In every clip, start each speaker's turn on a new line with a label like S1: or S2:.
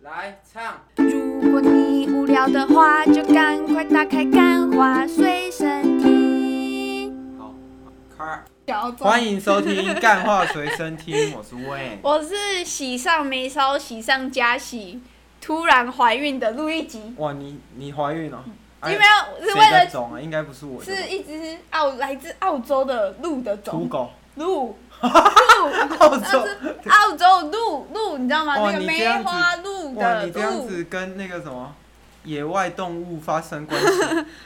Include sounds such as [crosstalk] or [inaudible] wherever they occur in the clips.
S1: 来唱，
S2: 如果你无聊的话，就赶快打开《干花随身听
S1: 好，开。》。
S2: 迎，
S1: 欢迎收听
S2: [laughs]
S1: 《干话随身听》，我是 Wayne。
S2: 我是喜上眉梢、喜上加喜，突然怀孕的录一集，
S1: 哇，你你怀孕了？
S2: 嗯因为是
S1: 哎谁
S2: 为
S1: 的
S2: 了
S1: 种啊？应该不是我的吧。
S2: 是一只澳来自澳洲的鹿的
S1: 土
S2: 种
S1: 狗。
S2: 鹿。
S1: [laughs] 澳
S2: 那
S1: 洲。
S2: 是澳洲鹿鹿，你知道吗？
S1: 哇
S2: 那个
S1: 你这
S2: 梅
S1: 样子
S2: 花鹿
S1: 哇，
S2: 的
S1: 你这样
S2: 鹿，
S1: 子跟那个什么野外动物发生
S2: [laughs]
S1: 关系，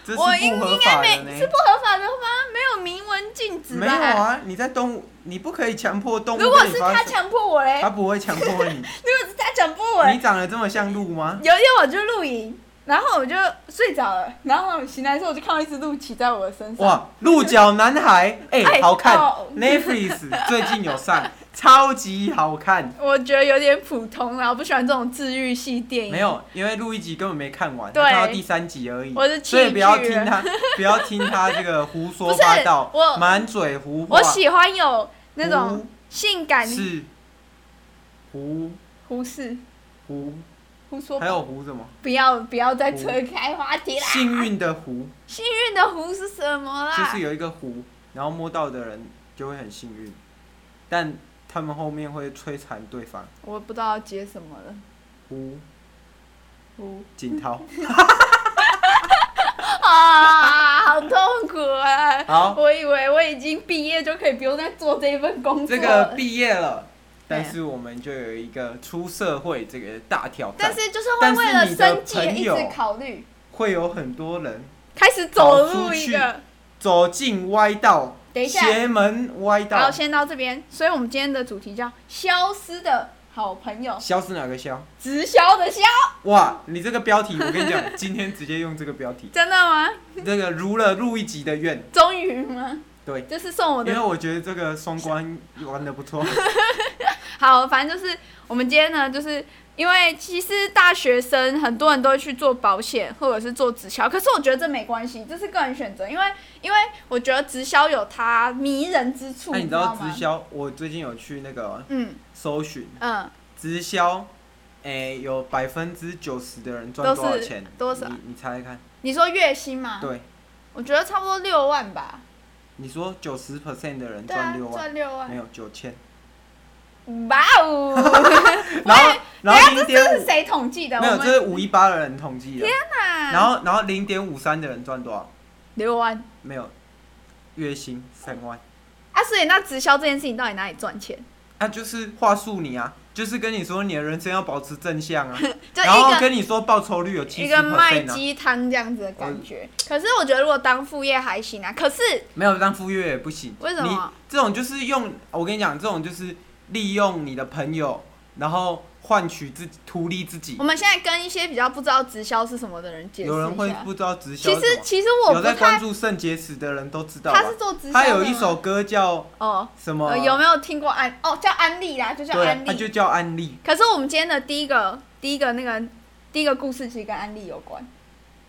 S1: 这是
S2: 我应
S1: 不合法的
S2: 应该
S1: 呢
S2: 没。是不合法的吗？没有明文禁止
S1: 没
S2: 吧？
S1: 有啊，你在动物，你不可以强迫动物
S2: 如果
S1: 跟你
S2: 是
S1: 发
S2: 他
S1: 生。
S2: 强迫我嘞，
S1: 他不会强迫
S2: [laughs]
S1: 你，
S2: 如果是他强迫我嘞
S1: 你，长得这么像鹿 [laughs] 吗？
S2: 有一天我去露营，然后我就睡着了，然后醒来的时候我就看到一只鹿骑在我的身上。
S1: [laughs] 哇，鹿角男孩，哎、
S2: 哎
S1: 好看、
S2: 哦
S1: n e t f l i x
S2: [laughs]
S1: 最近有上，超级好看。
S2: 我觉得有点普通啊啦，我不喜欢这种治愈系电影。
S1: 没，有，因为录一集根本没看完，
S2: 对
S1: 看到第三集而已
S2: 我是，弃
S1: 所
S2: 啊
S1: 以不要
S2: 剧
S1: 听
S2: 了
S1: 他， [laughs] 不要听他这个胡说
S2: 不是
S1: 八道
S2: 我，
S1: 满嘴胡话。
S2: 我喜欢有那种
S1: 胡
S2: 性感
S1: 是胡
S2: 胡适
S1: 胡，
S2: 胡说
S1: 还
S2: 八，
S1: 有胡什么？
S2: 不要不要再扯开话题啦。
S1: 幸运的胡，
S2: 幸运的胡是什么啦？
S1: 就是有一个胡，然后摸到的人就会很幸运，但他们后面会摧残对方。
S2: 我不知道要接什么了。
S1: 胡
S2: 胡
S1: 锦
S2: [laughs]
S1: 涛，
S2: 啊，好痛苦啊！
S1: 好，
S2: 我以为我已经毕业就可以不用再做这一份 [laughs] 工作
S1: 这
S2: 了。
S1: 个毕业了，但
S2: 对
S1: 是我们就有一个出社会这个大挑战
S2: 但，是就是会
S1: 但是
S2: 为了
S1: 你的
S2: 生计
S1: 朋
S2: 一
S1: 友
S2: 直考虑，
S1: 会有很多人
S2: 开始走入一个。
S1: 走进歪道，
S2: 等一下
S1: 邪门歪
S2: 好，
S1: 道。
S2: 先到这边。所以我们今天的主题叫“消失的好朋友
S1: 消是哪个消？”，
S2: 直销的销，
S1: 哇，你这个标题，我跟你讲， [laughs] 今天直接用这个标题，
S2: 真的吗？
S1: 这个如了录一集的愿。
S2: 终于吗？
S1: 对，
S2: 这是送我
S1: 因为
S2: 的。
S1: 我觉得这个双关玩的不
S2: [laughs]
S1: 错。
S2: 好，反正就是我们今天呢，就是因为其实大学生很多人都会去做保险或者是做直销，可是我觉得这没关系，这是个人选择，因为因为我觉得直销有它迷人之处，
S1: 哎那你
S2: 知
S1: 知道直
S2: 吗？
S1: 销？我最近有去那个
S2: 嗯
S1: 搜寻
S2: 嗯，
S1: 直销，诶、有百分之九十的人赚
S2: 都
S1: 多少
S2: 是
S1: 钱？
S2: 多少
S1: 你你猜猜看？
S2: 你说月薪嘛？
S1: 对，
S2: 我觉得差不多六万吧。
S1: 你说九十 percent 的人
S2: 对啊
S1: 赚六，万，
S2: 赚六
S1: 没
S2: 万。
S1: 有九千，
S2: 哇
S1: [laughs]
S2: 哦！
S1: 然后然后零点
S2: 这是
S1: 五，
S2: 谁统计的？
S1: 没有，
S2: 我
S1: 这
S2: 们
S1: 是五一八的人统计的。
S2: 啊
S1: 然后然后零点五三的人赚多少？
S2: 六万
S1: 没有，月薪三万。
S2: 啊！所以那直销这件事情到底哪里赚钱？
S1: 啊，就是话术你啊，就是跟你说你的人生要保持正向啊，
S2: [laughs] 就
S1: 然后
S2: 一个
S1: 跟你说报酬率有七
S2: 一
S1: 十
S2: 个卖
S1: percent 啊，
S2: 鸡汤这样子的感觉。可是我觉得如果当副业还行啊。可是
S1: 没有当副业也不行。
S2: 为什么
S1: 你这种就是用，我跟你讲，这种就是利用你的朋友，然后换取自己图利自己
S2: 我。们现在跟一些比较不知道直销是什么的人解释
S1: 有人
S2: 一
S1: 会
S2: 下。
S1: 不知道直销
S2: 其
S1: 是什
S2: 实
S1: 么，
S2: 其实我
S1: 有
S2: 不
S1: 在关
S2: 太，
S1: 注肾结石的人都知道吧
S2: 他？是做直销的吗。
S1: 他有一首歌叫
S2: 哦，
S1: 什么？
S2: 呃有没有听过安？哦，叫安利啦，就叫
S1: 对
S2: 安，
S1: 他
S2: 利
S1: 就。叫安利
S2: 可是我们今天的第一个第一个那个第一个故事其实跟安利有关，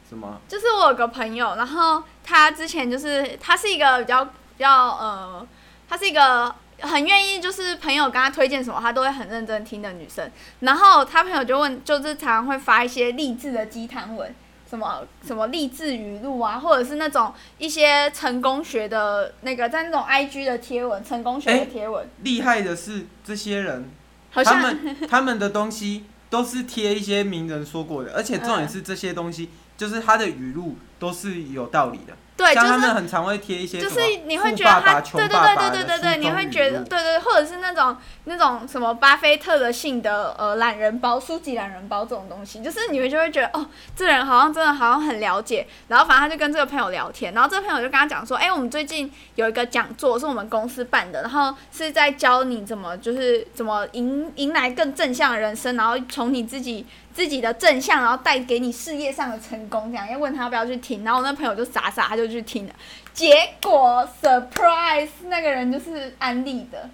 S1: 什么？
S2: 就是我有个朋友，然后他之前就是他是一个比较比较呃，他是一个很愿意就是朋友跟他推荐什么，他都会很认真听的女生。然后他朋友就问，就是常常会发一些励志的鸡汤文。什么什么励志语录啊，或者是那种一些成功学的那个，在那种 I G 的贴文，成功学的
S1: 哎
S2: 贴文，
S1: 厉害的是这些人
S2: 好
S1: 他
S2: 像
S1: 们 [laughs] 他们的东西都是贴一些名人说过的，而且重点是这些东西，就是他的语录都是有道理的。
S2: 嗯对，就
S1: 像他
S2: 是
S1: 们很常会贴一些
S2: 就
S1: 什
S2: 是
S1: 么
S2: 你会
S1: 富
S2: 觉
S1: 爸
S2: 得
S1: 爸
S2: 他，
S1: 穷
S2: 对对
S1: 爸
S2: 对
S1: 爸
S2: 对
S1: 的
S2: 对对对，
S1: 书
S2: 你
S1: 中
S2: 会
S1: 语
S2: 觉得，
S1: 录
S2: 对对，或者是那种那种什么巴菲特的信的呃懒人包、书籍懒人包这种东西，就是你们就会觉得哦，这人好像真的好像很了解。然后反正他就跟这个朋友聊天，然后这个朋友就跟他讲说，哎，我们最近有一个讲座是我们公司办的，然后是在教你怎么就是怎么迎迎来更正向的人生，然后从你自己自己的正向，然后带给你事业上的成功，这样要问他要不要去听，然后我那朋友就傻傻他就去听了，结果 surprise 那个人就是安利的，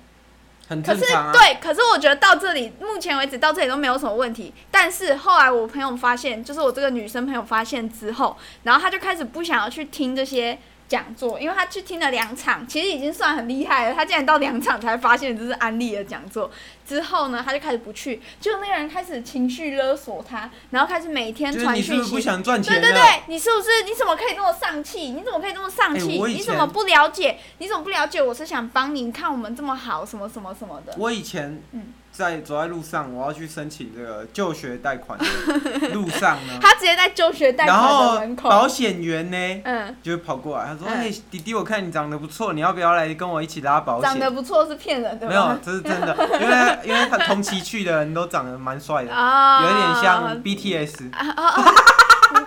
S1: 很
S2: 可
S1: 正
S2: 是、
S1: 常啊。
S2: 对，可是我觉得到这里目前为止到这里都没有什么问题，但是后来我朋友发现，就是我这个女生朋友发现之后，然后她就开始不想要去听这些。讲座，因为他去听了两场，其实已经算很厉害了。他竟然到两场才发现这是安利的讲座，之后呢，他就开始不去，就那个人开始情绪勒索他，然后开始每天
S1: 就是
S2: 传
S1: 你是
S2: 讯
S1: 不是
S2: 息。
S1: 不想赚钱
S2: 对
S1: 了？
S2: 对对，你是不是？你怎么可以这么丧气？你怎么可以这么丧气？
S1: 哎我以
S2: 你
S1: 前
S2: 怎么不了解？你怎么不了解？我是想帮你，你看我们这么好，什么什么什么的。
S1: 我以前
S2: 嗯
S1: 在走在路上，我要去申请这个就学贷款的路上呢，
S2: [laughs] 他直接在就学贷
S1: 然
S2: 款的
S1: 后
S2: 门口，
S1: 保险员呢
S2: 嗯，
S1: 就跑过来，他说：“
S2: 嗯
S1: 哎、弟弟，我看你长得不错，你要不要来跟我一起拉保
S2: 长得
S1: 险？”
S2: 不错是骗人的
S1: 没有
S2: 吧？，
S1: 这是真
S2: [laughs]
S1: 的，因为因为他同期去的人都长得蛮帅的，
S2: [laughs] 啊
S1: 有一点像 BTS。
S2: 啊啊啊！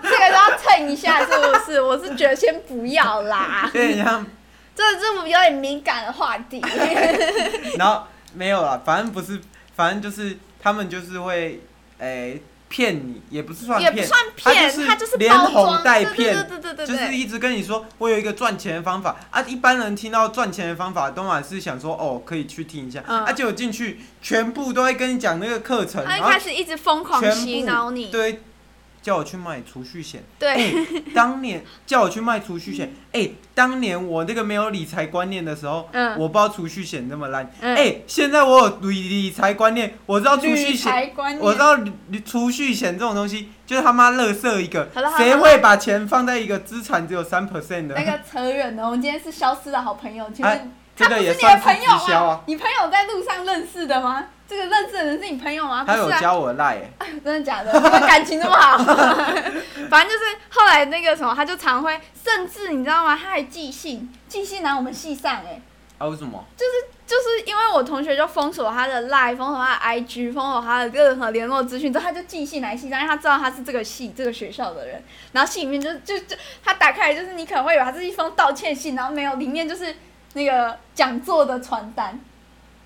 S2: 这个都要蹭一下，是不是？ [laughs] 我是觉得先不要啦，
S1: 有点
S2: [laughs]
S1: 像，
S2: 这是有点敏感的话题。
S1: 然后没有啦，反正不是，反正就是他们就是会，诶、骗你，也不是算
S2: 也不
S1: 骗，
S2: 算骗，
S1: 他就是
S2: 它就是
S1: 连
S2: 包装，
S1: 哄带
S2: 对
S1: 骗
S2: 对对对对
S1: 就
S2: 对
S1: 是
S2: 对。
S1: 一直跟你说我有一个赚钱的方法啊。一般人听到赚钱的方法，都满是想说哦，可以去听一下，
S2: 嗯
S1: 啊，结果进去全部都在跟你讲那个课程，
S2: 他
S1: 然
S2: 一
S1: 后
S2: 开始一直疯狂
S1: 全部
S2: 洗脑你，
S1: 对，叫我去卖储蓄险。
S2: 对，
S1: 哎当年 [laughs] 叫我去卖储蓄险，哎、当年我那个没有理财观念的时候，
S2: 嗯
S1: 我不知道储蓄险那么烂。哎、
S2: 嗯，
S1: 现在我有理理财观念，我知道储蓄
S2: 理
S1: 险，
S2: 财观念，
S1: 我知道理理储蓄险这种东西就是他妈垃圾一个
S2: 好了，好了
S1: 谁
S2: 好了
S1: 会把钱放在一个资产只有三 percent 的？ [laughs]
S2: 那个扯远了，我们今天是消失的好朋友，请
S1: 哎
S2: 问
S1: 这
S2: 他
S1: 个
S2: 不是
S1: 也
S2: 你的
S1: 算
S2: 朋友
S1: 是直销啊
S2: 吗？你朋友在路上认识的吗？这个认识的人是你朋友吗？不
S1: 他有
S2: 是啊，
S1: 加我赖、欸，
S2: 真的假的？你们感情这
S1: [laughs]
S2: 么好？反正就是后来那个什么，他就常会，甚至你知道吗？他还寄信，寄信来我们系上、哎，
S1: 啊，为什么？
S2: 就是因为我同学就封锁他的 line，封锁他的 IG，封锁他的任何联络资讯之后，他就寄信来信，让他知道他是这个系这个学校的人。然后信里面就就就他打开来，就是你可能会以为他是一封道歉信，然后没有，里面就是那个讲座的传单。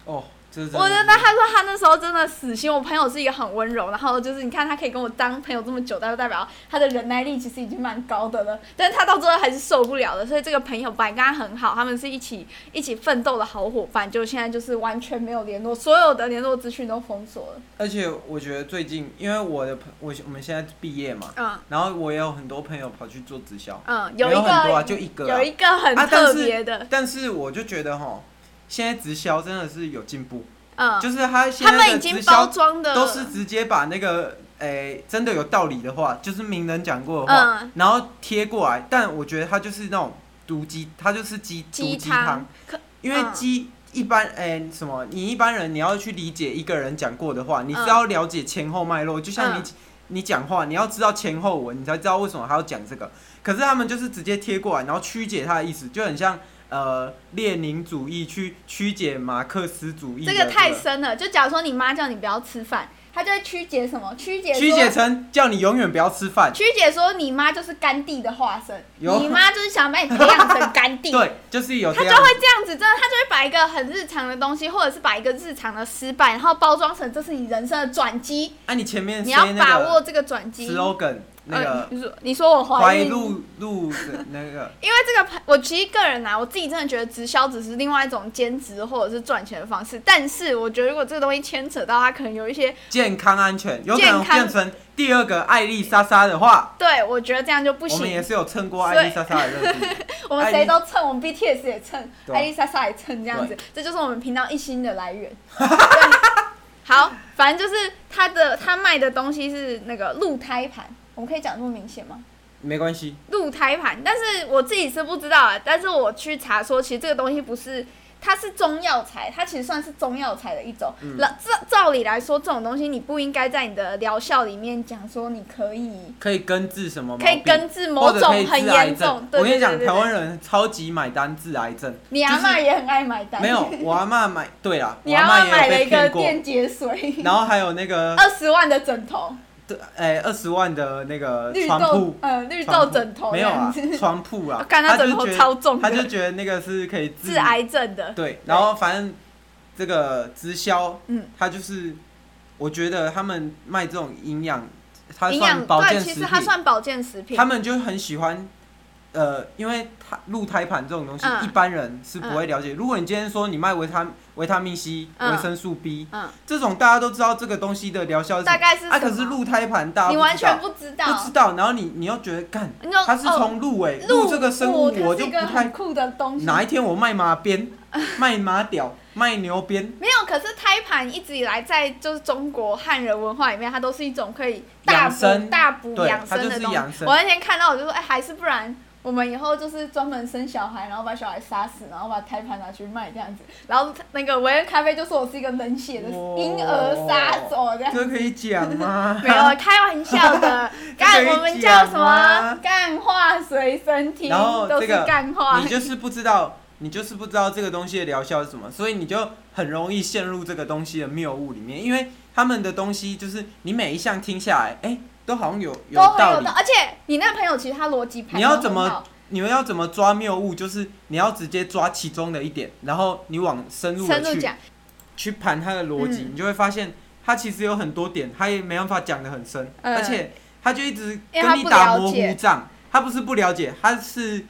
S1: 哦，这是真
S2: 我觉
S1: 的
S2: 得他说他那时候真的死心。我朋友是一个很温柔，然后就是你看他可以跟我当朋友这么久，代代表他的忍耐力其实已经蛮高的了。但是他到最后还是受不了了，所以这个朋友本来跟他很好，他们是一起一起奋斗的好伙伴，就现在就是完全没有联络，所有的联络资讯都封锁了。
S1: 而且我觉得最近，因为我的朋，我我们现在毕业嘛，
S2: 嗯
S1: 然后我也有很多朋友跑去做直销，
S2: 嗯，
S1: 没
S2: 一个
S1: 很多啊，就一个、啊，
S2: 有一个很
S1: 啊但
S2: 特
S1: 是
S2: 别的，
S1: 但是我就觉得哈，现在直销真的是有进步，
S2: 嗯，
S1: 就是他现
S2: 他们
S1: 在
S2: 已
S1: 的
S2: 经
S1: 直
S2: 包
S1: 销
S2: 装的
S1: 都是直接把那个诶、真的有道理的话，就是名人讲过的话，
S2: 嗯
S1: 然后贴过来。但我觉得他就是那种毒鸡，他就是鸡毒
S2: 鸡
S1: 鸡汤
S2: 汤，，可
S1: 因为
S2: 嗯
S1: 鸡。一般诶、什么？你一般人你要去理解一个人讲过的话，你
S2: 嗯
S1: 是要了解前后脉络。就像你
S2: 嗯
S1: 你讲话，你要知道前后文，你才知道为什么他要讲这个。可是他们就是直接贴过来，然后曲解他的意思，就很像呃列宁主义去曲解马克思主义的
S2: 这
S1: 这
S2: 个
S1: 个。
S2: 太深了。就假如说你妈叫你不要吃饭，她就会曲解什么？曲解
S1: 曲
S2: 说
S1: 解成叫你永远不要吃饭。
S2: 曲姐说你妈就是甘地的化身，
S1: 有
S2: 你妈就是想把你培养成甘
S1: [laughs]
S2: 地。
S1: 对，就是有
S2: 她
S1: 这
S2: 就
S1: 样
S2: 会这样子，真的，她就会把一个很日常的东西，或者是把一个日常的失败，然后包装成这是你人生的转机，
S1: 啊，你前面
S2: 你要
S1: 塞
S2: 把
S1: 那
S2: 握
S1: 个
S2: 这个转机。
S1: slogan 那
S2: 呃
S1: 个
S2: 你说你说我怀
S1: 怀
S2: 孕，
S1: 路路的那个，
S2: 因为这个朋，我其实个人啊，我自己真的觉得直销只是另外一种兼职或者是赚钱的方式，但是我觉得如果这个东西牵扯到它，可能有一些，
S1: 健康安全，有可
S2: 健
S1: 能
S2: 康
S1: 变成第二个艾丽莎莎的话，
S2: 对我觉得这样就不
S1: 我们也
S2: 行。
S1: 是有蹭过艾丽莎莎的热度。
S2: [laughs] 我们谁都蹭，我们 BTS 也蹭，
S1: 对啊
S2: 艾丽莎莎也蹭，这样子，这就是我们频道一星的来源。
S1: [laughs]
S2: 对好，反正就是他的他卖的东西是那个鹿胎盘，我们可以讲这么明显吗？
S1: 没关系，
S2: 鹿胎盘，但是我自己是不知道啊，但是我去查说，其实这个东西不是。它是中药材，它其实算是中药材的一种。
S1: 嗯
S2: 那、照照理来说，这种东西你不应该在你的疗效里面讲说你可以
S1: 可以根治什么毛病？
S2: 可以根治某
S1: 或者可以
S2: 种
S1: 治
S2: 很
S1: 癌
S2: 严
S1: 症
S2: 重。。对
S1: 我跟你讲，
S2: 对对对
S1: 台湾人超级买单治癌症。
S2: 你阿
S1: 就
S2: 嬷
S1: 是
S2: 也很爱买单。
S1: 没有，我阿嬷买对
S2: [laughs]
S1: 啦，
S2: 你
S1: 我
S2: 阿
S1: 阿
S2: 妈
S1: 嬷
S2: 买
S1: 也有
S2: 了
S1: 被
S2: 一个
S1: 骗过。
S2: 电解水，
S1: 然后还有那个
S2: 二十万的枕头，
S1: 对，哎，二十万的那个
S2: 绿
S1: 床
S2: 豆
S1: 铺，
S2: 呃绿
S1: 床
S2: 豆
S1: 铺
S2: 枕头
S1: 没有啊
S2: [laughs] 这样，子
S1: 床铺
S2: 我
S1: 啊，
S2: 看他
S1: 就
S2: 枕头
S1: 觉得
S2: 超重的
S1: 他就觉得那个是可以
S2: 治癌症的，
S1: 对，然后反正这个直销，
S2: 嗯，
S1: 他就是我觉得他们卖这种营养，它
S2: 营养
S1: 算保健
S2: 对，
S1: 食
S2: 其
S1: 品
S2: 实，它算保健食品
S1: 他。们就很喜欢呃，因为它鹿胎盘这种东西，
S2: 嗯
S1: 一般人是不会了解。如果你今天说你卖维他维他命 C、
S2: 嗯
S1: 维生素 B
S2: 嗯，
S1: 这种，大家都知道这个东西的疗效是什
S2: 大
S1: 么。
S2: 概是
S1: 啊，
S2: 什
S1: 可是
S2: 么
S1: 鹿胎盘大家
S2: 你
S1: 不知
S2: 完全
S1: 道
S2: 不知
S1: 不
S2: 道
S1: 知，道，然后你你又觉得干，
S2: 你说
S1: 它是
S2: 哦
S1: 从鹿尾
S2: 鹿
S1: 这个生物，
S2: 它是
S1: 我就
S2: 一
S1: 不
S2: 个
S1: 太
S2: 很酷的东西。
S1: 哪一天我卖马鞭、
S2: [laughs]
S1: 卖马屌、卖牛鞭，
S2: 没有，可是胎盘一直以来在就是中国汉人文化里面，它都是一种可以大
S1: 养
S2: 补
S1: 生
S2: 大补
S1: 对
S2: 养生
S1: 它
S2: 的
S1: 就是
S2: 东
S1: 养
S2: 西。
S1: 生
S2: 我那天看到，我就说，哎，还是不然。我们以后就是专门生小孩，然后把小孩杀死，然后把胎盘拿去卖这样子。然后那个维恩咖啡就说我是一个冷血的
S1: 哇
S2: 婴儿杀手这样。
S1: 这可以讲吗？
S2: [laughs] 没
S1: [laughs]
S2: 有啊开玩笑的，干
S1: 这可以
S2: 我们叫什
S1: 讲吗
S2: 么？干话随身听，
S1: 然后
S2: 都
S1: 这
S2: 是
S1: 个
S2: 干话。
S1: 你就是不知道，你就是不知道这个东西的疗效是什么，所以你就很容易陷入这个东西的谬误里面，因为他们的东西就是你每一项听下来，哎、都好像有有
S2: 都很
S1: 道
S2: 有
S1: 理
S2: 道，。而且你那个朋友其实他逻辑排
S1: 你要
S2: 得
S1: 怎
S2: 很
S1: 么
S2: 好
S1: 你们要怎么抓谬误？就是你要直接抓其中的一点，然后你往深入
S2: 深
S1: 的
S2: 入
S1: 去
S2: 讲？
S1: 去盘它的逻辑，
S2: 嗯
S1: 你就会发现它其实有很多点，它也没办法讲得很深，
S2: 嗯
S1: 而且它就一直
S2: 因为它
S1: 跟你
S2: 不
S1: 打
S2: 了
S1: 模糊
S2: 解
S1: 仗。它不是不了解，它是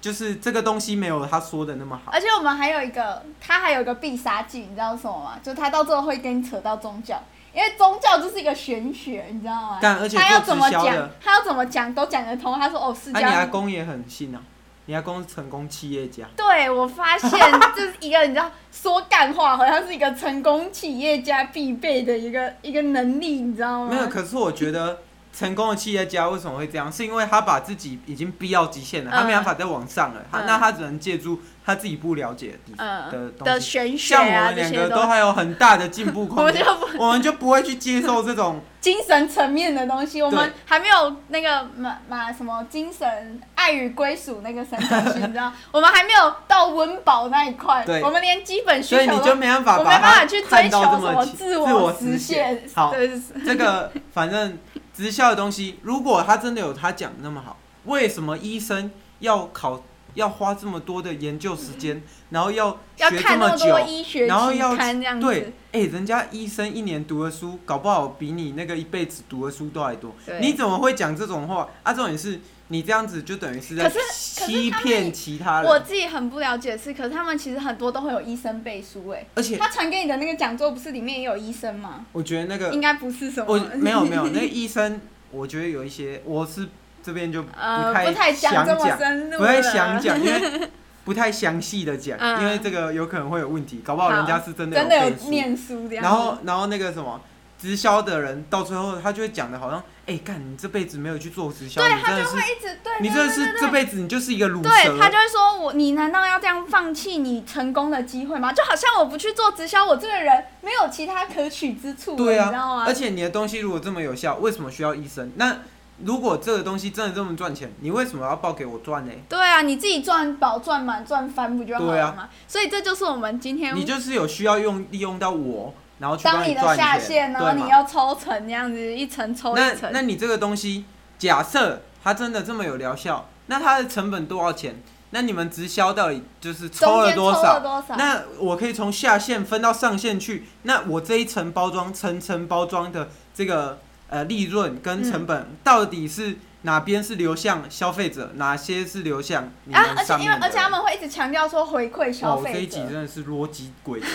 S1: 就是这个东西没有他说的那么好。
S2: 而且我们还有一个，他还有一个必杀技，你知道什么吗？就他到最后会跟你扯到宗教，因为宗教就是一个玄学，你知道吗？
S1: 但而且
S2: 嗯他要
S1: 做
S2: 怎
S1: 直
S2: 么
S1: 销
S2: 讲
S1: 的，，
S2: 他要怎么讲都讲得通。他说哦，释
S1: 那、
S2: 迦
S1: 你阿
S2: 牟
S1: 公也很信啊，你阿公是成功企业家。
S2: 对，我发现这是一个你知道说干话，好像是一个成功企业家必备的一个一个能力，你知道吗？
S1: 没有，可是我觉得成功的企业家为什么会这样？是因为他把自己已经逼到极限了，他
S2: 嗯
S1: 没办法再往上了。他
S2: 嗯
S1: 那他只能借助他自己不了解的地方的
S2: 嗯
S1: 东西。
S2: 玄学
S1: 像我
S2: 啊
S1: 们
S2: 这
S1: 两
S2: 些
S1: 个
S2: 东
S1: 都
S2: 西，
S1: 还有很大的进步
S2: [laughs] 我
S1: 空
S2: 们就
S1: 间，
S2: 不
S1: 我们就不会去接受这
S2: [laughs]
S1: 种
S2: 精神层面的东西，我们
S1: 对
S2: 还没有那个马马什么精神爱与归属那个生长区，你知道， [laughs] 我们还没有到温饱那一块
S1: 对，
S2: 我们连基本需
S1: 所以你
S2: 求
S1: 就
S2: 都。
S1: 没办法
S2: 我没
S1: 把
S2: 办法
S1: 它
S2: 去追
S1: 看
S2: 求
S1: 到这
S2: 什
S1: 么
S2: 么
S1: 极
S2: 自
S1: 我
S2: 实
S1: 现。好，
S2: 对，是
S1: 这个反正直销的东西，如果他真的有他讲的那么好，为什么医生要考要花这么多的研究时间，然后要
S2: 要
S1: 学这
S2: 看那
S1: 么
S2: 么
S1: 久？
S2: 多医学
S1: 然后
S2: 期
S1: 要
S2: 刊这样
S1: 对
S2: 子，，
S1: 哎、人家医生一年读的书，搞不好比你那个一辈子读的书都还多。
S2: 对
S1: 你怎么会讲这种话？啊，重点是你这样子就等于是在
S2: 可是可是
S1: 欺
S2: 他们
S1: 骗其他
S2: 我
S1: 人，
S2: 自己很不了解的是，可是他们其实很多都会有医生背书，哎，
S1: 而且
S2: 他传给你的那个讲座不是里面也有医生吗？
S1: 我觉得那个
S2: 应该不是什么，
S1: 我呃没有没有，
S2: [laughs]
S1: 那个医生，我觉得有一些，我是这边就不
S2: 呃，
S1: 太
S2: 不太
S1: 想
S2: 讲这么
S1: 讲，
S2: 深入，
S1: 不太想，讲，因
S2: [laughs]
S1: 为不太详细的讲，
S2: 啊嗯
S1: 因为这个有可能会有问题，搞不好人家是真的
S2: 真的有
S1: 背书
S2: 念书这样
S1: 然
S2: 子。
S1: 后然后那个什么。直销的人到最后，他就会讲的好像，哎、干，你这辈子没有去做直销，
S2: 对
S1: 你
S2: 他
S1: 真的，
S2: 就是会一直哎对，
S1: 你
S2: 对
S1: 真的
S2: 对
S1: 是这辈子你就是一个卤
S2: 对，他
S1: 蛇。
S2: 就会说我，你难道要这样放弃你成功的机会吗？就好像我不去做直销，我这个人没有其他可取之处，
S1: 对
S2: 你知道
S1: 啊，
S2: 吗
S1: 而？且你的东西如果这么有效，为什么需要医生？那如果这个东西真的这么赚钱，你为什么要报给我赚呢？
S2: 对啊，你自己赚饱、赚满、赚翻不就好
S1: 对
S2: 了
S1: 啊
S2: 吗？所以这就是我们今天
S1: 你就是有需要用利用到我，然后去
S2: 嗯当
S1: 帮
S2: 你的
S1: 赚
S2: 下
S1: 钱，
S2: 线，
S1: 对
S2: 然后你
S1: 嘛
S2: 要抽成这样子，一层抽一
S1: 那
S2: 层。
S1: 那你这个东西，假设它真的这么有疗效，那它的成本多少钱？那你们直销到底就是抽
S2: 中
S1: 了
S2: 间
S1: 多
S2: 抽了
S1: 少？
S2: 多少？
S1: 那我可以从下线分到上线去，那我这一层包装、层层包装的这个呃利润跟成本，
S2: 嗯
S1: 到底是哪边是流向消费者，哪些是流向你
S2: 啊，而
S1: 们
S2: 且
S1: 上
S2: 因
S1: 面
S2: 为
S1: 的
S2: 而且他
S1: 人
S2: 们会一直强调说回馈
S1: 哇，
S2: 消
S1: 我这
S2: 费
S1: 一集
S2: 者
S1: 真，的是逻辑鬼才。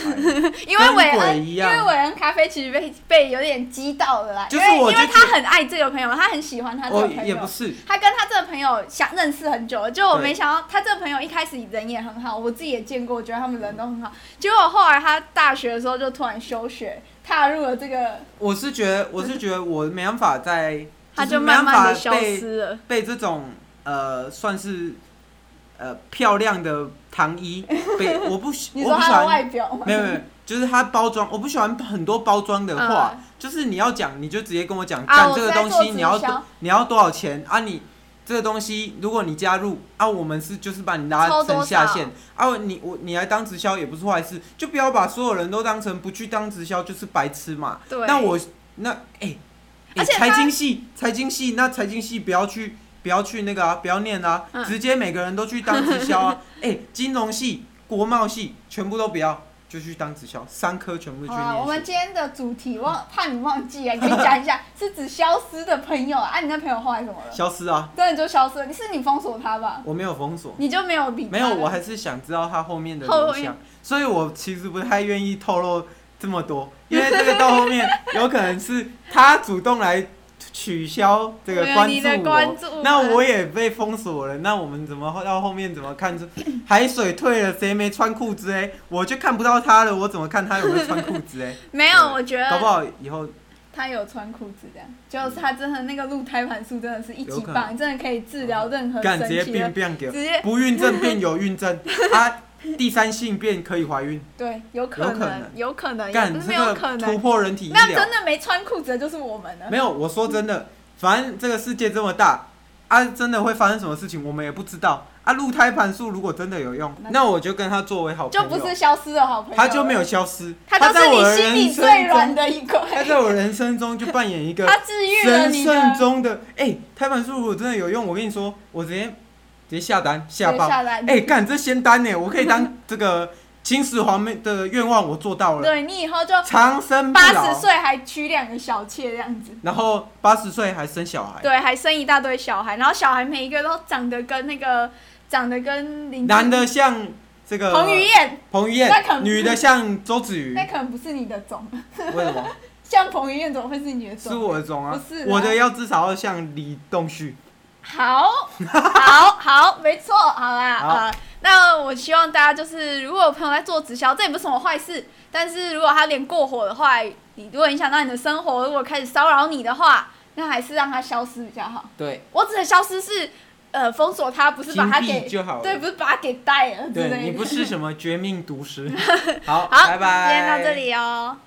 S2: 因为韦
S1: 跟鬼
S2: 恩，
S1: 一
S2: 因
S1: 样
S2: 为韦恩咖啡其实被被有点激到了啦，
S1: 就是
S2: 因为
S1: 我
S2: 因
S1: 就
S2: 为
S1: 觉
S2: 他很爱这个朋友，他很喜欢 [laughs] 他这
S1: 我
S2: 个朋
S1: 也不
S2: 友。
S1: 是，
S2: 他跟他这个朋友相认识很久了，就我
S1: 对
S2: 没想到他这个朋友一开始人也很好，我自己也见过，我觉得他们人都很好。结果后来他大学的时候就突然休学，踏入了这个，
S1: 我是觉得，我是觉得我没办法在，
S2: 他
S1: 是
S2: 就
S1: 没
S2: 慢
S1: 办
S2: 慢
S1: 法
S2: 的消
S1: 被
S2: 失了。
S1: 被这种呃算是呃漂亮的糖
S2: [laughs]
S1: 衣被我不喜
S2: 你
S1: 我
S2: 说
S1: 不喜
S2: 他的
S1: 欢，
S2: 外表吗？
S1: 没有没有，没有就是它包装，我不喜欢很多包装的话，就是你要讲你就直接跟我讲，
S2: 嗯啊
S1: 干、
S2: 我
S1: 这个
S2: 在
S1: 东
S2: 做
S1: 西
S2: 直
S1: 你要
S2: 销
S1: 多你要多少钱啊你。这个东西，如果你加入啊，我们是就是把你拉
S2: 抽多
S1: 成下
S2: 少
S1: 线啊，你我你来当直销也不是坏事，就不要把所有人都当成不去当直销就是白痴嘛。
S2: 对。
S1: 那我那哎、哎
S2: 而且
S1: 财
S2: 他
S1: 经系，财经系，那财经系不要去，不要去那个啊，不要念啊，
S2: 嗯 [laughs]
S1: 直接每个人都去当直销啊。哎、金融系、国贸系，全部都不要，就去当直销，三科全部去
S2: 好啊，我们
S1: 念书。
S2: 今天的主题忘，怕你忘记啊，你可以讲
S1: [laughs]
S2: 一下，是指消失的朋友啊，啊你那朋友后来怎么了？
S1: 消失啊，
S2: 真的就消失了？你是你封锁他吧？
S1: 我没有封锁，
S2: 你就没有理他
S1: 没有，
S2: 了
S1: 我还是想知道他后面的
S2: 后
S1: 影
S2: 面
S1: 响，所以我其实不太愿意透露这么多，因为这个到后面 [laughs] 有可能是他主动来取消这个
S2: 没有
S1: 关
S2: 啊你
S1: 注
S2: 的
S1: 我，
S2: 关注
S1: 那我也被封锁了，那我们怎么到后面怎么看出 [coughs] 海水退了，谁没穿裤子哎、我就看不到他了，我怎么看他有没有穿裤子
S2: [laughs]
S1: 哎、
S2: 没有，我觉
S1: 搞不
S2: 得
S1: 好以后
S2: 他有穿裤子这样，就是他真的那个露胎盘素真的是一级
S1: 有可
S2: 棒，
S1: 能
S2: 你真的可以治疗任何
S1: 干直接
S2: 神奇
S1: 变
S2: 的，
S1: 变给
S2: 直接
S1: 不孕症变有孕症， [coughs] 啊，第三性变可以怀孕，
S2: 对，有
S1: 有
S2: 可
S1: 可
S2: 能，有可能，也
S1: 干
S2: 哎不是没
S1: 这
S2: 有可
S1: 个突
S2: 能，
S1: 破人体医
S2: 那
S1: 疗
S2: 真。的没穿裤子的就是我们了。啊
S1: 没有，我说真的，反正这个世界这么大，啊，真的会发生什么事情，我们也不知道。啊，露胎盘术如果真的有用，那我就跟他作为好朋
S2: 就
S1: 友，
S2: 不是消失的好朋友，
S1: 他就没有，消失，
S2: 他就
S1: 在
S2: 是
S1: 我的
S2: 你心里
S1: 人
S2: 最
S1: 生
S2: 软
S1: 中，
S2: 的一块，
S1: 他在我人生中就扮演一个
S2: 他治愈了
S1: 神
S2: 你
S1: 圣
S2: 的
S1: 中的，哎、胎盘术如果真的有用，我跟你说，我直接直接下单下
S2: 对
S1: 爆，
S2: 下来，
S1: 哎、干这仙丹呢，我可以当
S2: [laughs]
S1: 这个秦始皇的愿望我做到了，
S2: 对你以后就
S1: 长生不
S2: 八十
S1: 老，
S2: 岁还娶两个小妾这样子，
S1: 然后八十岁还生小孩。
S2: 对，还生一大堆小孩，然后小孩每一个都长得跟那个长得跟林
S1: 男的像这个
S2: 彭于晏，
S1: 彭于
S2: 那可
S1: 晏，
S2: 能
S1: 女的像周子瑜，
S2: 那
S1: 为
S2: 可能不是你的种，
S1: 什么？
S2: [laughs] 像彭于晏怎么会是你的种？
S1: 是我的种啊
S2: 不是，啦
S1: 我的要至少要像李栋旭。
S2: 好，好，好，没错，好啦，
S1: 好
S2: 啊、那我希望大家就是，如果有朋友在做直销，这也不是什么坏事，但是如果他脸过火的话，你如果影响到你的生活，如果开始骚扰你的话，那还是让他消失比较好。
S1: 对，
S2: 我指的消失是，呃，封锁他，不是把
S1: 金
S2: 他
S1: 币
S2: 给，
S1: 就好了。
S2: 对，不是把他给带了之
S1: 对
S2: 类
S1: 你
S2: 的。 [laughs]
S1: 不是什么绝命毒师。好，
S2: 好，
S1: 拜拜。
S2: 今天到这里哦。